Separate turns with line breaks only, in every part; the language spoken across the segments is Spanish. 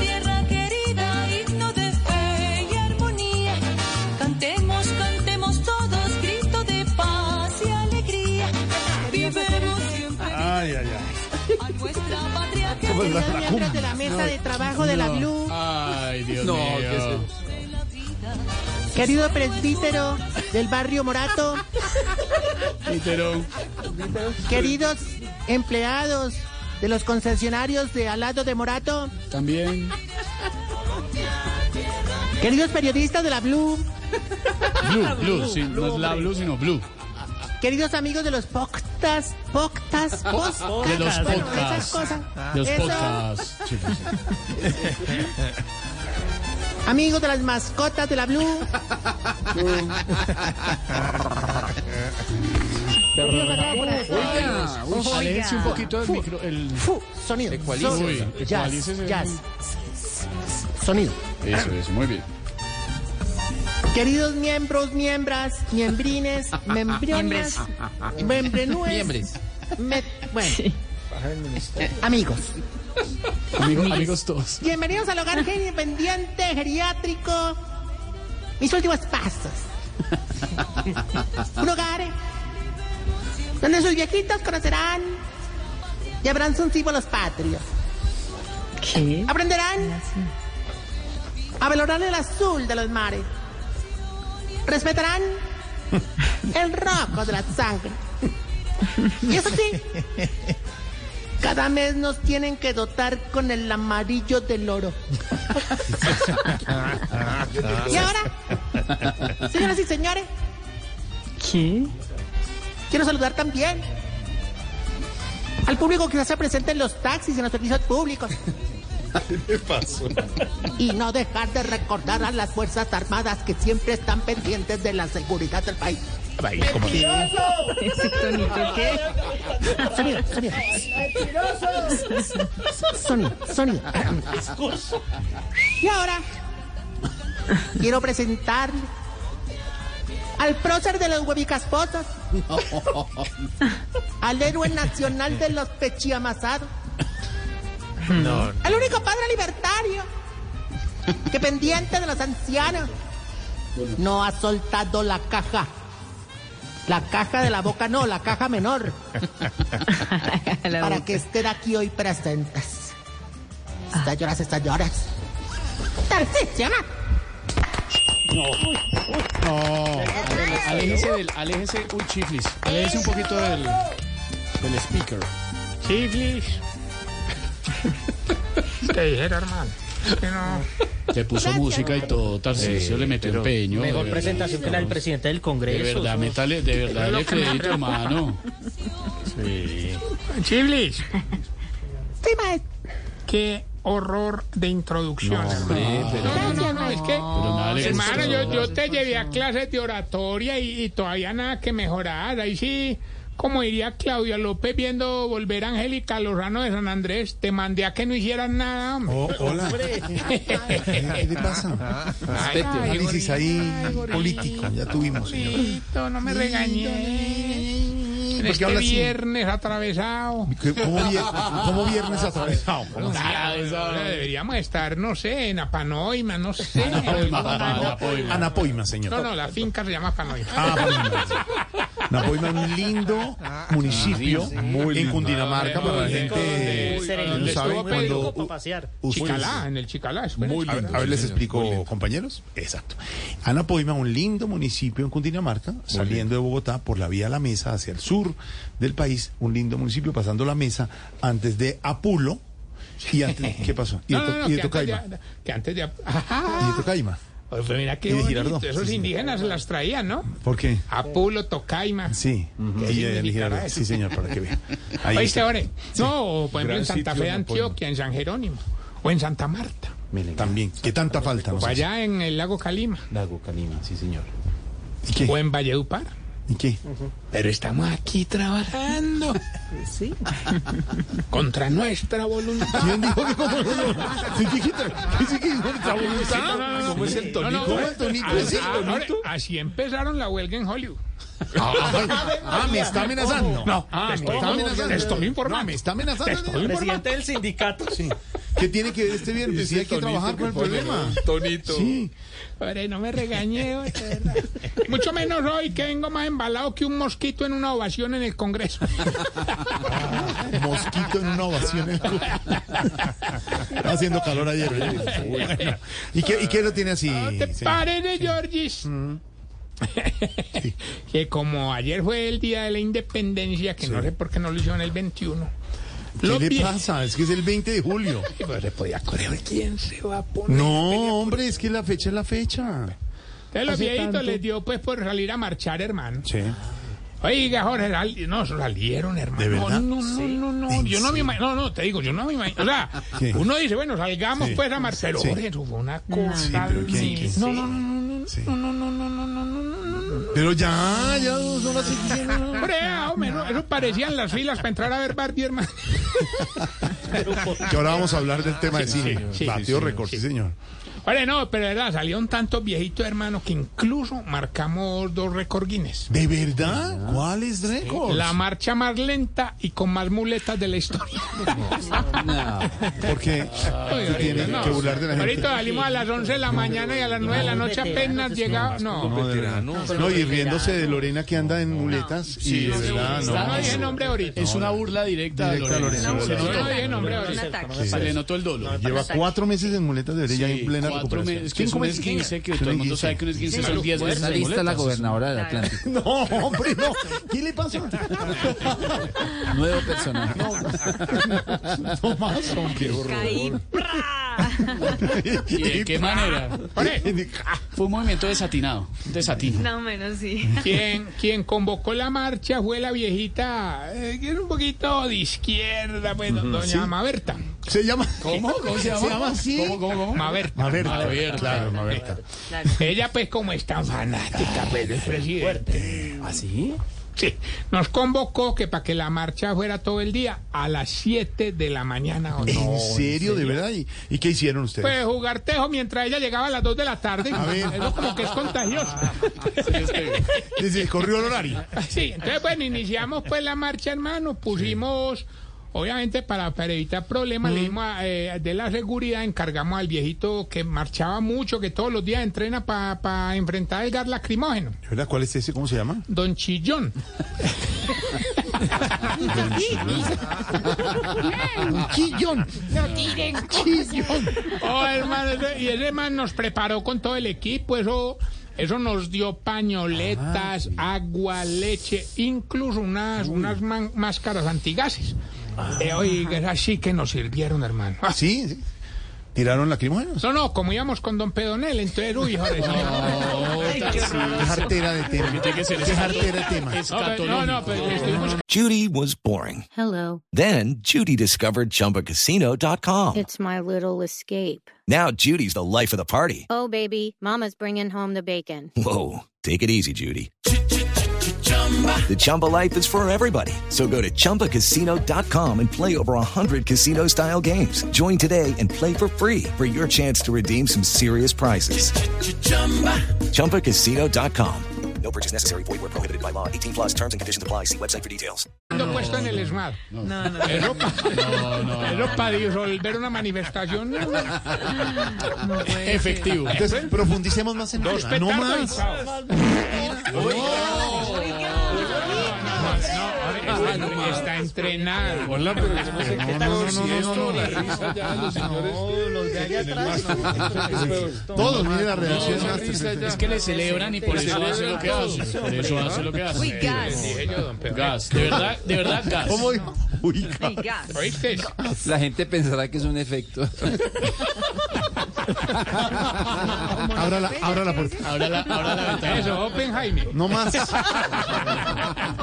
tierra querida, himno de fe y armonía. Cantemos, cantemos todos, grito de paz y alegría. Vivemos siempre
Ay, ay, ay.
a nuestra patria que
¿Cómo es la, la
Habla de
cumbia?
la mesa de trabajo de la Blue,
Ah. Ay, Dios
No,
mío.
¿qué es eso?
querido presbítero del barrio Morato,
Literón.
queridos empleados de los concesionarios de al lado de Morato,
También.
queridos periodistas de la Blue,
Blue, Ah, blue, sí, no es la blue, sino blue.
queridos amigos de los poctas, poctas, postas,
De los
bueno,
podcasts.
esas cosas.
Los
Eso,
podcasts. Sí, sí, sí.
amigos de las mascotas de la Blue,
Oiga, uy, aléjense un poquito del micro. El...
Fu, sonido,
Ecualices. Uy,
Son- jazz,
ecualices es
jazz, sonido.
Eso es, muy bien.
Queridos miembros, miembras, miembrines, membriones, membrenúes, me- bueno, eh, amigos.
Amigo- amigos todos.
Bienvenidos al hogar Genio independiente geriátrico. Mis últimos pasos. Un hogar donde sus viejitos conocerán y habrán sus símbolos patrios.
¿Qué?
Aprenderán a valorar el azul de los mares. Respetarán el rojo de la sangre. Y eso sí, cada mes nos tienen que dotar con el amarillo del oro. y ahora, señoras y señores,
¿Qué?
quiero saludar también al público que ya se presenta en los taxis y en los servicios públicos. y no dejar de recordar a las Fuerzas Armadas que siempre están pendientes de la seguridad del país.
assim?
¿Ese tonito qué?
Sonido, sonido. Sonido, sonido. Y ahora quiero presentar al prócer de los huevicaspotas, al héroe nacional de los pechiamasados, al único padre libertario que pendiente de los ancianos no ha soltado la caja. La caja de la boca no, la caja menor
La
para
boca.
que estén aquí hoy presentes. Señoras y señores. ¡Tarcisio Maya!
Aléjense del, aléjense, uy, chiflis. Aléjense un poquito del, del speaker.
Chiflis. Te dijeron, hermano. que no.
Le puso música y todo, Tarcisio le metió empeño. de
Mejor
verdad.
presentación que la del presidente del
De
Congreso.
verdad,
¿no?
métale, de verdad, le
lo que me
crédito,
preocupa.
mano.
Chiflis.
Sí, maestro.
Qué horror de introducción, hermano.
Hombre, pero,
Gracias, maestro.
pero nada le
Hermano,
gustó.
yo, yo te llevé a clases de oratoria y, y todavía nada que mejorar. Ahí sí, como diría Claudia López viendo volver a Angélica Lozano de San Andrés, te mandé a que no hicieras nada, hombre.
Oh, hola. ¿Qué le pasa? Respete, análisis ahí político. Ya tuvimos, señor.
Tito, no me regañé. En
¿Por qué
este
habla así?
viernes atravesado.
¿Qué- ¿Cómo, vier- cómo viernes atravesado?
Ah, ahora deberíamos estar, no sé, en Apanoima, no sé.
Anapoima.
Anapoima, señor.
No, no, la finca se llama Apanoima.
Ah, Anapoima. Anapoima, un lindo municipio en
Ah,
Cundinamarca para la gente
Donde-
que no
donde
sabe
eh, estuvo Pedro
cuando u- ustedes-
Chicalá, en el Chicalá. escuela
Muy
de Chicalá.
lindo. A ver, les explico, compañeros. Exacto. Anapoima, un lindo municipio en Cundinamarca, saliendo de Bogotá por la vía La Mesa hacia el sur del país, un lindo municipio pasando La Mesa antes de Apulo y antes ¿qué pasó? Y de
No, no,
To-
no,
y de
que antes
Tocaima.
de- que antes de... Ajá.
Y de Tocaima.
Pues mira qué
¿Y de
bonito,
Girardot?
Esos
Sí, sí.
indígenas las traían, ¿no?
¿Por qué?
Apulo, Tocaima.
Sí, y el
significará
Girardot.
eso?
Sí, señor, para que vea. Ahí
Oíste,
está.
ahora. No, por ejemplo,
Gran
en Santa
sitio
Fe
de
de Antioquia, en San Jerónimo, o en Santa Marta,
También. ¿Qué tanta falta nos
o
hace?
allá en el lago Calima,
Lago Calima, sí, señor.
¿Y qué?
o en Valledupar.
¿Y qué?
Pero estamos aquí trabajando. Contra nuestra voluntad.
¿Quién dijo que como Sí, ¿Qué qué tra- qué sí que dijo nuestra
No, no, no,
voluntad?
no.
¿Cómo es el
Ah, No, no,
tonito? ¿Cómo el tonito?
ahora-
¿Es el
Ah, ahora-
tonito?
Así empezaron la huelga en Hollywood.
Ah, me está amenazando. No,
Ah,
me está
no,
amenazando.
te estoy informando.
No, me está amenazando.
Presidente del sindicato.
Sí. ¿Qué tiene que ver este viernes? Sí, hay que trabajar con el problema.
Tonito.
Sí.
Hombre, no me regañé, güey, de verdad. Mucho menos hoy que vengo más embalado que un mosquito en una ovación en el Congreso.
Mosquito en una ovación. Estaba haciendo calor ayer. ¿Y qué, ¿Y qué lo tiene así?
No te
señor?
pares de Georgis. que como ayer fue el día de la independencia, que no sé por qué no lo hicieron el 21. Los
¿Qué le
vie-
pasa? Es que es el 20 de julio.
Sí, pues, se podía correr. ¿Quién se va a poner?
No, hombre, es que la fecha es la fecha.
Entonces los viejitos les dio pues por salir a marchar, hermano.
Sí.
Oiga, Jorge, sal- no, salieron, hermano.
¿De verdad?
No, no, no, no,
¿En
Yo no me
serio?
imagino, no, no, te digo, yo no me imagino. O sea,
Sí.
uno dice, bueno, salgamos
Sí.
pues a Marcelo.
Sí.
Jorge, eso fue una cosa.
Sí, pero ¿quién, quién?
No, no, no, no,
Sí.
no, no, no, no, no, no, no, no, no, no, no.
Pero ya, ya son las seis.
Hombre, ah, hombre, no, eso parecían las filas para entrar a ver Barbie, hermano.
Que ahora vamos a hablar del tema de cine.
sí,
Batió récord, sí, señor.
Oye, no, pero de verdad, salieron tantos viejitos, hermano, que incluso marcamos dos récord Guinness.
¿De verdad? ¿Cuál es récord?
La marcha más lenta y con más muletas de la historia.
Porque
Oiga,
se tiene
ahorita no.
que burlar de la gente.
Ahorita salimos a las 11 de la mañana y a las 9 de la noche apenas llegamos. No,
No, de verdad. No, y riéndose de Lorena que anda en muletas. Sí, de verdad,
no, no dije
no.
nombre ahorita.
Es una burla directa,
Directa a
a Lorena. Se
Lorena.
No,
notó.
no dije nombre ahorita.
ataque.
Se le notó el dolor.
Lleva cuatro meses en muletas de orilla
Sí,
en plena
cuatro
recuperación.
meses, Es que es
¿Quién
un
come
esguince que
Es
todo
un
el mundo
esguince.
sabe que un esguince son 10 veces
Está lista la
muletas.
gobernadora del Atlántico.
No, hombre, no. ¿Qué le pasa?
Nuevo personaje.
No más, hombre.
Caí. Ah,
¿Y de qué manera? Fue un movimiento desatinado. Desatino.
No, menos sí.
Quien, quien convocó la marcha fue la viejita, eh, que era un poquito de izquierda, pues, do- doña Maberta.
Se llama.
¿Cómo? ¿Cómo se llama?
Se llama así.
¿Cómo, cómo, cómo?
Maberta.
Maberta.
Maberta.
Claro, Maberta.
Ella, pues, como es tan fanática, pues, del presidente.
¿Ah,
¿Así? Sí, nos convocó que para que la marcha fuera todo el día a las 7 de la mañana. ¿o no?
¿En serio, de verdad? ¿Y, y qué hicieron ustedes?
Pues jugar tejo mientras ella llegaba a las 2 de la tarde.
A ver.
Eso como que es contagioso.
Dice, corrió el horario.
Sí, entonces bueno, iniciamos pues la marcha, hermano. Pusimos, obviamente para, para evitar problemas, le dimos a, eh, de la seguridad, encargamos al viejito que marchaba mucho, que todos los días entrena para enfrentar el gas lacrimógeno.
¿De verdad? ¿Cuál es ese? ¿Cómo se llama?
Don Chillón.
Quillón.
No tiren
Oh, hermano, ese- y ese man nos preparó con todo el equipo, eso, eso nos dio pañoletas, agua, leche, incluso unas, unas man- máscaras antigases. Eh, oiga, era así que nos sirvieron, hermano. Ah,
Sí, sí. ¿Tiraron lacrimógenos?
No, no, como íbamos con Don Pedonel, entonces, uy, joder, sí. Ah,
Qué jartera de tema.
Tiene que ser
Qué jartera de tema.
No, pero-
escatológico.
no, no, pero es que estuvimos
Judy was boring.
Hello,
Then Judy discovered ChumbaCasino.com.
it's my little escape.
Now Judy's the life of the party.
Oh, baby, Mama's bringing home the bacon.
Whoa, take it easy, Judy. The Chumba life is for everybody. So go to ChumbaCasino.com and play over 100 casino style games. Join today and play for free for your chance to redeem some serious prizes. ChumbaCasino.com.
No purchase necessary. Void where prohibited by law. 18 plus terms and conditions apply. See website for details.
hablando puesto en el ESMAD.
No, no,
Eso para disolver una manifestación. no, no.
no puede
Efectivo.
Entonces, profundicemos más en
Dos
Lorena. No
petardos y
más.
chao. No, no, no, no, no, no, no, no, no, entre-
nomás.
está entrenado.
Hola, pero yo no sé qué
No, no,
tal si
no, no,
esto,
no,
la
no.
risa ya, los señores. los de allá
atrás, Todos, mire la reacción.
Es que le celebran y por
Le
eso hace
celebran
lo que
todos.
hace. Por eso hace lo que hace.
Uy, gas.
Dije yo, don Pedro. Gas, de verdad, de verdad gas.
¿Cómo dijo? Uy,
gas.
¿Oíste?
La gente pensará que es un efecto.
Abra la, abra la puerta.
Ahora la, ahora la ventana.
Eso, Oppenheimer.
No más. Esa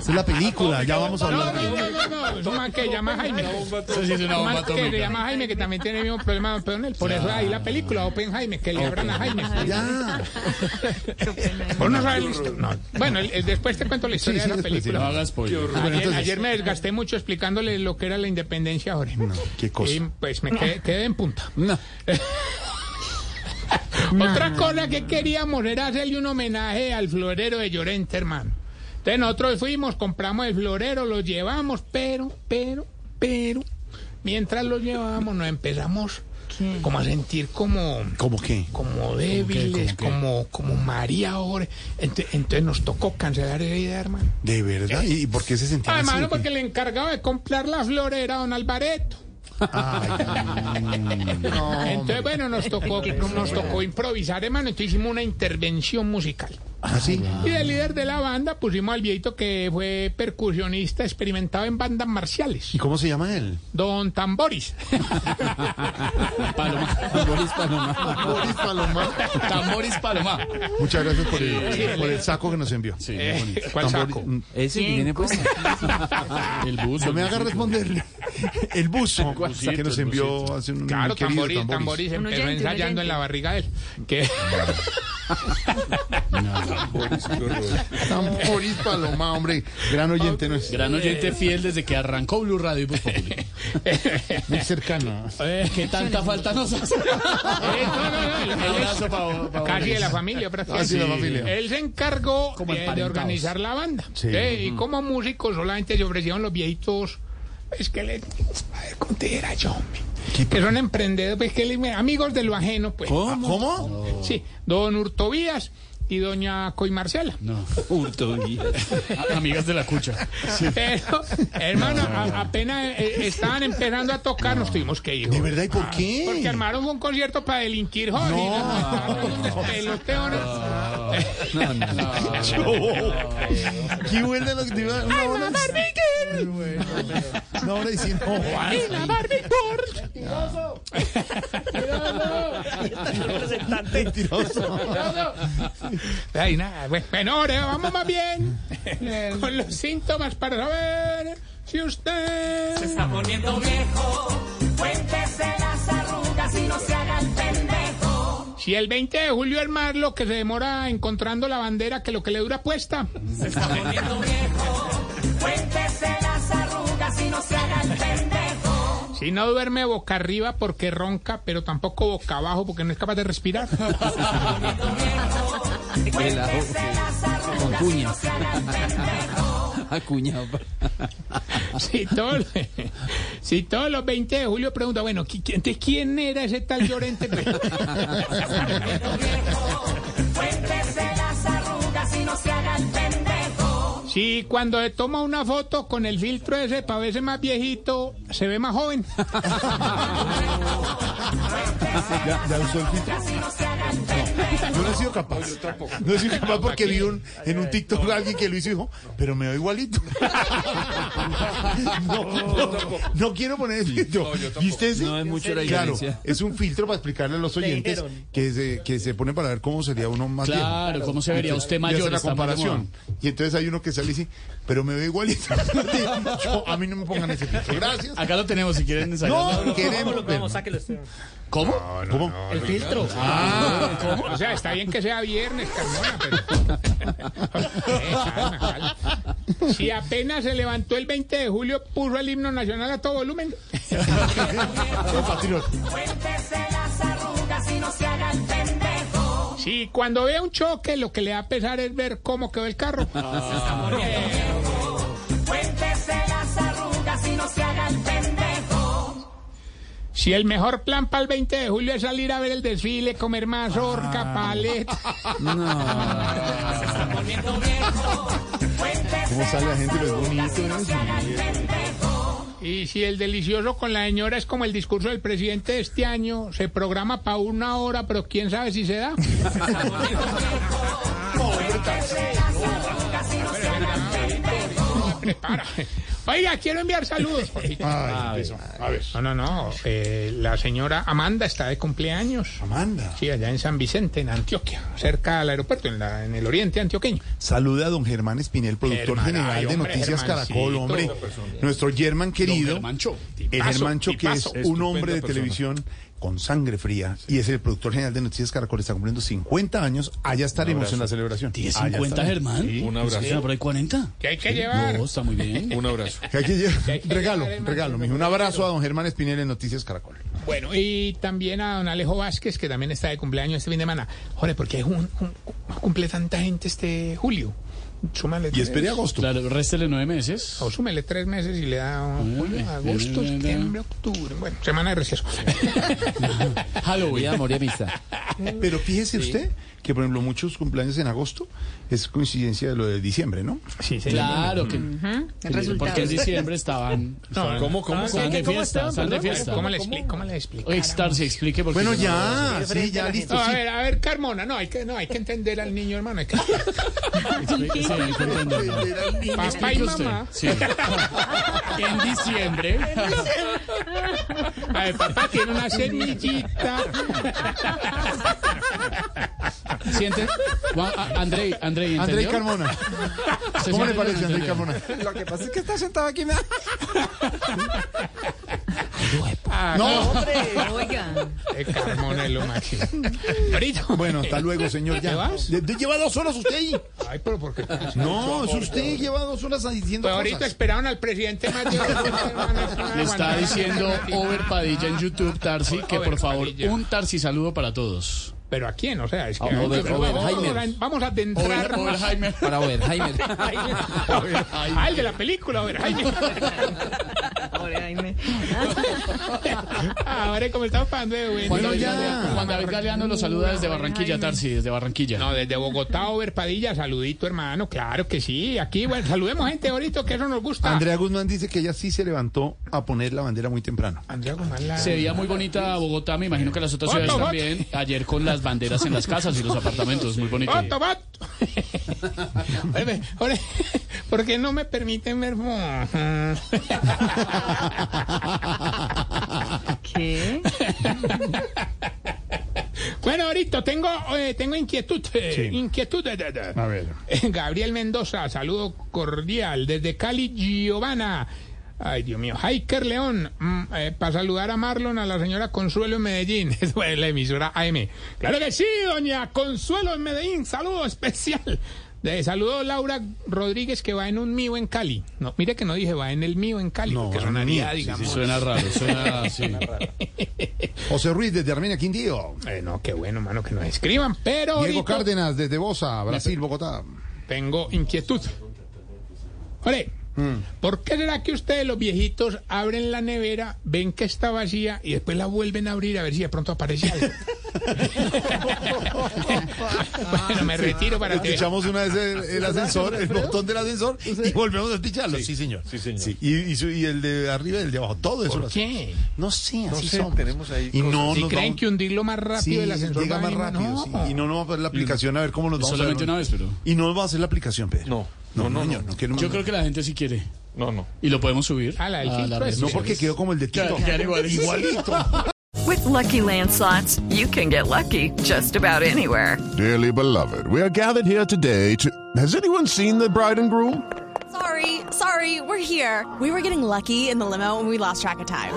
es la película, ya vamos a
No, no,
hablar de
no, no, no, es un man que llama Jaime.
Eso sí es una
Un
bomba
man que le
atómica.
llama Jaime, que también tiene el mismo problema, don Pedro. Por eso ahí la película, Oppenheimer, que le abran a Jaime.
Ya.
Vos no sabes la histo- no. Bueno, el- el- después te cuento la historia
Sí,
de la
sí, después, sí.
película.
No hagas pollo.
Ayer- Ayer, me desgasté mucho explicándole lo que era la independencia ahora.
qué cosa.
Y pues me quedé, quedé en punta. Otra cosa que queríamos era hacerle un homenaje al florero de Llorente, hermano. Entonces nosotros fuimos, compramos el florero, lo llevamos, pero, pero, pero, mientras lo llevábamos nos empezamos como a sentir como
¿Cómo qué?
como débiles,
¿Cómo qué? ¿Cómo
como, como María ahora. Ente- entonces nos tocó cancelar esa idea, hermano.
¿De verdad? ¿Y y por qué se sentía
Ah,
así?
hermano, porque le encargaba de comprar la flor era don Alvareto. entonces, bueno, nos tocó, nos tocó improvisar, hermano. Entonces hicimos una intervención musical.
¿Ah, sí?
Y del líder de la banda pusimos al viejito que fue percusionista experimentado en bandas marciales,
¿Y cómo se llama él?
don Tamboris.
Paloma.
Boris Paloma.
Boris Palomar.
Tamboris Paloma.
Muchas gracias por el, por el saco que nos envió.
Eh, ¿Cuál
Tambor-
saco?
Mm,
Ese que tiene pues.
El buzo.
No me
el
haga
buzo.
responderle. El buzo que nos
el
envió
busito.
hace un
Claro,
querido
tamborí, tamborí, se
Un
empezó
oyente, un
ensayando en
oyente.
la barriga de él. Que Eh,
Tamboris Paloma, hombre. Gran oyente no es.
Gran oyente fiel desde que arrancó Blue Radio y Voz Populi.
Muy cercano.
¿Qué tanta falta nos hace?
no, no,
Un
él- él es
abrazo pa- pa-
casi de la familia, prácticamente.
Casi Ah, de la familia.
Él se encargó
Como
eh, de,
emparentados.
organizar la banda.
Sí.
Eh, Y como músicos solamente se ofrecieron los viejitos. Es que le. A ver, ¿cuánto era yo? hombre? Que son emprendedores, pues, que le- amigos de lo ajeno, pues.
¿Ah, ¿Cómo?
Sí, don Urtobías y doña Coimarcela.
Hurto. y-
A- Amigas de la cucha.
Pero, hermano, a- apenas eh, estaban empezando a tocar, nos tuvimos que ir.
¿De verdad? ¿Y por
Porque
qué?
armaron un concierto para delinquir jóvenes.
No, no, no.
¿Qué buena la actividad? Una hora y- Una hora y cien. No, vale. Mentiroso.
Ay, nada. Bueno, Bueno, ahora vamos más bien con los síntomas para saber si usted...
está poniendo viejo. Cuéntese las arrugas y no se haga el pendejo.
Si el 20 de julio es más lo que se demora encontrando la bandera que lo que le dura puesta.
Se está poniendo viejo. Cuéntese las arrugas y no se haga el pendejo.
Si no duerme boca arriba porque ronca, pero tampoco boca abajo porque no es capaz de respirar.
El ajo que- Con cuñas. Acuñado.
Si todos, si todos los 20 de julio pregunta, bueno, ¿qui- qui- entonces, ¿quién era ese tal Llorente? Pues,
Cuéntese las arrugas y no se haga el pendejo.
Si cuando se toma una foto con el filtro ese para verse más viejito, se ve más joven.
Ya, ya usó el filtro. Yo no he sido capaz. No he sido capaz porque vi un, en un TikTok a alguien que lo hizo y dijo, pero me veo igualito. No, no, no quiero poner el filtro. ¿Viste ese?
No, es mucho la
Claro,
diferencia.
es un filtro para explicarle a los oyentes que se, que se pone para ver cómo sería uno más viejo.
Claro, ¿cómo se vería usted
Y hace
mayor?
la
Está muy de
comparación. Y entonces hay uno que sale y dice, pero me veo igualito. Yo- a mí no me pongan ese filtro. Gracias.
moda. Acá lo tenemos, si quieren ensayarlo.
No, queremos. ver.
¿Cómo?
¿Cómo?
O sea, está bien que sea viernes, Carmona, pero... Eh, calma, calma. Si apenas se levantó el 20 de julio, puso el himno nacional a todo volumen.
Qué patriota.
Cuéntese las arrugas y no se haga el pendejo.
Si cuando vea un choque, lo que le va a pesar es ver cómo quedó el carro.
Cuéntese las arrugas y no se haga el pendejo.
Si el mejor plan para el 20 de julio es salir a ver el desfile, comer más orca, paleta.
Cuéntese
¿Cómo sale la gente? Pero es bonito eso.
Y si el delicioso con la señora es como el discurso del presidente de este año, se programa para una hora, pero quién sabe si se da. Prepara. Oiga, quiero enviar saludos.
Ay, empezó.
A ver. No, no, no. eh, la señora Amanda está de cumpleaños.
Amanda.
Sí, allá en San Vicente, en Antioquia, cerca al aeropuerto, en, la- en el oriente antioqueño.
Saluda a don Germán Espinel, productor
Germán,
general
ay,
de
hombre,
Noticias Caracol,
Germancito.
hombre. Nuestro Germán querido.
Mancho.
El
Tipazo,
Germancho, que es
tipazo.
un hombre de
persona.
televisión con sangre fría y es el productor general de Noticias Caracol, está cumpliendo 50 años. Allá estaremos en la celebración.
¿Tiene
Allá
50,
estaremos.
Germán?
Un abrazo.
Sí, pero hay 40.
Que hay que llevar.
No, está muy bien.
Un abrazo.
Que hay que llevar-
hay que
regalo,
llevar el
regalo.
máximo
mijo. Un abrazo a don Germán Espinel en Noticias Caracol.
Bueno, y también a don Alejo Vázquez, que también está de cumpleaños este fin de semana. Joder, porque un, un- cumple tanta gente este julio. Súmale
Y
tres,
espere agosto.
Claro, réstele nueve meses.
O súmele tres meses y le da un julio,
bien,
agosto,
bien, bien,
septiembre, octubre. Bueno, semana de receso.
Voy a
Halloween.
amor y amistad.
Pero fíjese usted que, por ejemplo, muchos cumpleaños en agosto es coincidencia de lo de diciembre, ¿no?
sí, sí.
Claro que.
El resultado.
Porque en diciembre estaban.
No,
¿Cómo, cómo?
Estaban de fiesta. Estaban
Ah,
de fiesta.
¿Cómo le explico? ¿Cómo le explico?
Oye, Star, se explique porque.
Bueno,
yo no lo sé.
ya, sí, ya, listo.
No, a
sí.
ver, a ver, Carmona, no, hay que, no, hay que entender al niño, hermano. hay que-
Explique, sí, hay que entenderlo.
Papá y
Explique usted.
mamá.
Sí. En diciembre.
A ver, papá tiene una semillita.
Siente. Juan- a- Andrei, Andrei, ¿entendió?
André Carmona.
¿Se
¿Cómo le
siente
parece,
bien?
André Carmona?
Lo que pasa es que está sentado aquí. Me...
No.
Hombre, oiga.
Eh, Carmona es lo máximo.
Bueno, hasta luego, señor.
¿Te
Ya.
vas?
De- de- Lleva dos horas usted ahí.
Ay, pero ¿por qué?
No, es usted lleva dos horas diciendo
Pues ahorita
cosas.
esperaron al presidente más de
Le está diciendo Over Padilla en YouTube, Tarsi, que por
Over
favor,
Padilla.
un Tarsi saludo para todos.
Pero ¿a quién? O sea, es que...
A Over-
Pero
Over
vamos,
Heimer.
a- vamos a
Over, Over
adentrarnos...
Jaime.
Para ver, Jaime.
Ah, el de la película, Over Heimer.
Ahora, Jaime.
Ahora, como estamos pagando de bueno...
Juan David,
ya.
Galeano, Juan David Galeano lo saluda desde Barranquilla, Tarsi, desde Barranquilla.
No, desde Bogotá, Over Padilla, saludito, hermano. Claro que sí. Aquí, bueno, saludemos gente ahorita, que eso nos gusta.
Andrea Guzmán dice que ella sí se levantó a poner la bandera muy temprano.
Andrea Guzmán, la-
Se veía muy bonita Bogotá, me imagino que las otras
Otto,
ciudades
Otto.
también. Ayer con las banderas en las casas y los apartamentos, muy bonito.
¡Voto, voto! Oye, oye, ¿Por qué no me permiten ver?
¿Qué?
Bueno, ahorita tengo, eh, tengo inquietud. eh,
Sí.
Inquietud. da, da, da. Eh, Gabriel Mendoza, saludo cordial. Desde Cali, Giovanna. Ay, Dios mío. Hiker León, mm, eh, para saludar a Marlon, a la señora Consuelo en Medellín. Eso es la emisora AM. Claro que sí, doña Consuelo en Medellín. Saludo especial. De saludo Laura Rodríguez, que va en un mío en Cali. No, mire que no dije va en el mío en Cali,
No,
porque
va en
sonaría,
mío, sí, sí,
digamos.
Sí, suena raro, suena sí.
José Ruiz desde Armenia, Quindío.
Eh, no, qué bueno, mano, que nos escriban, pero
Diego
ahorita
Cárdenas desde Bosa, Brasil, Bogotá.
tengo inquietud. Oye,
Hmm.
¿por qué será que ustedes los viejitos abren la nevera, ven que está vacía y después la vuelven a abrir a ver si de pronto aparece algo? bueno, me retiro para que...
Pichamos una vez el, el ascensor, el botón del ascensor y volvemos a picharlo. Sí, señor.
sí, señor.
Sí, Y, y su- y el de arriba y el de abajo, todo eso. lo
¿Por
hacemos.
qué?
No sé, así
sé,
somos.
tenemos ahí
y no
Si
nos
creen
vamos-
que hundirlo más rápido
Sí,
el ascensor
llega
va
más
ahí,
rápido,
no.
sí. Y no nos va a hacer la aplicación a ver cómo nos vamos
Solamente
a ver.
una vez, pero.
Y no nos va a hacer la aplicación, Pedro.
Ah.
No. No,
No,
no,
señor, no queremos-
Yo creo que la gente sí quiere.
No, no.
Y lo podemos subir.
Ah, la del
a
filtro
red
es-
No,
social.
porque quedó como el de
Quedan-
Tito.
quedan iguales.
Igualito.
With Lucky Land slots, you can get lucky just about anywhere.
Dearly beloved, we are gathered here today to. Has anyone seen the bride and groom?
Sorry, sorry, we're here. We were getting lucky in the limo and we lost track of time.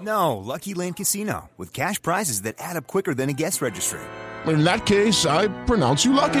No, Lucky Land Casino, with cash prizes that add up quicker than a guest registry.
In that case, I pronounce you lucky.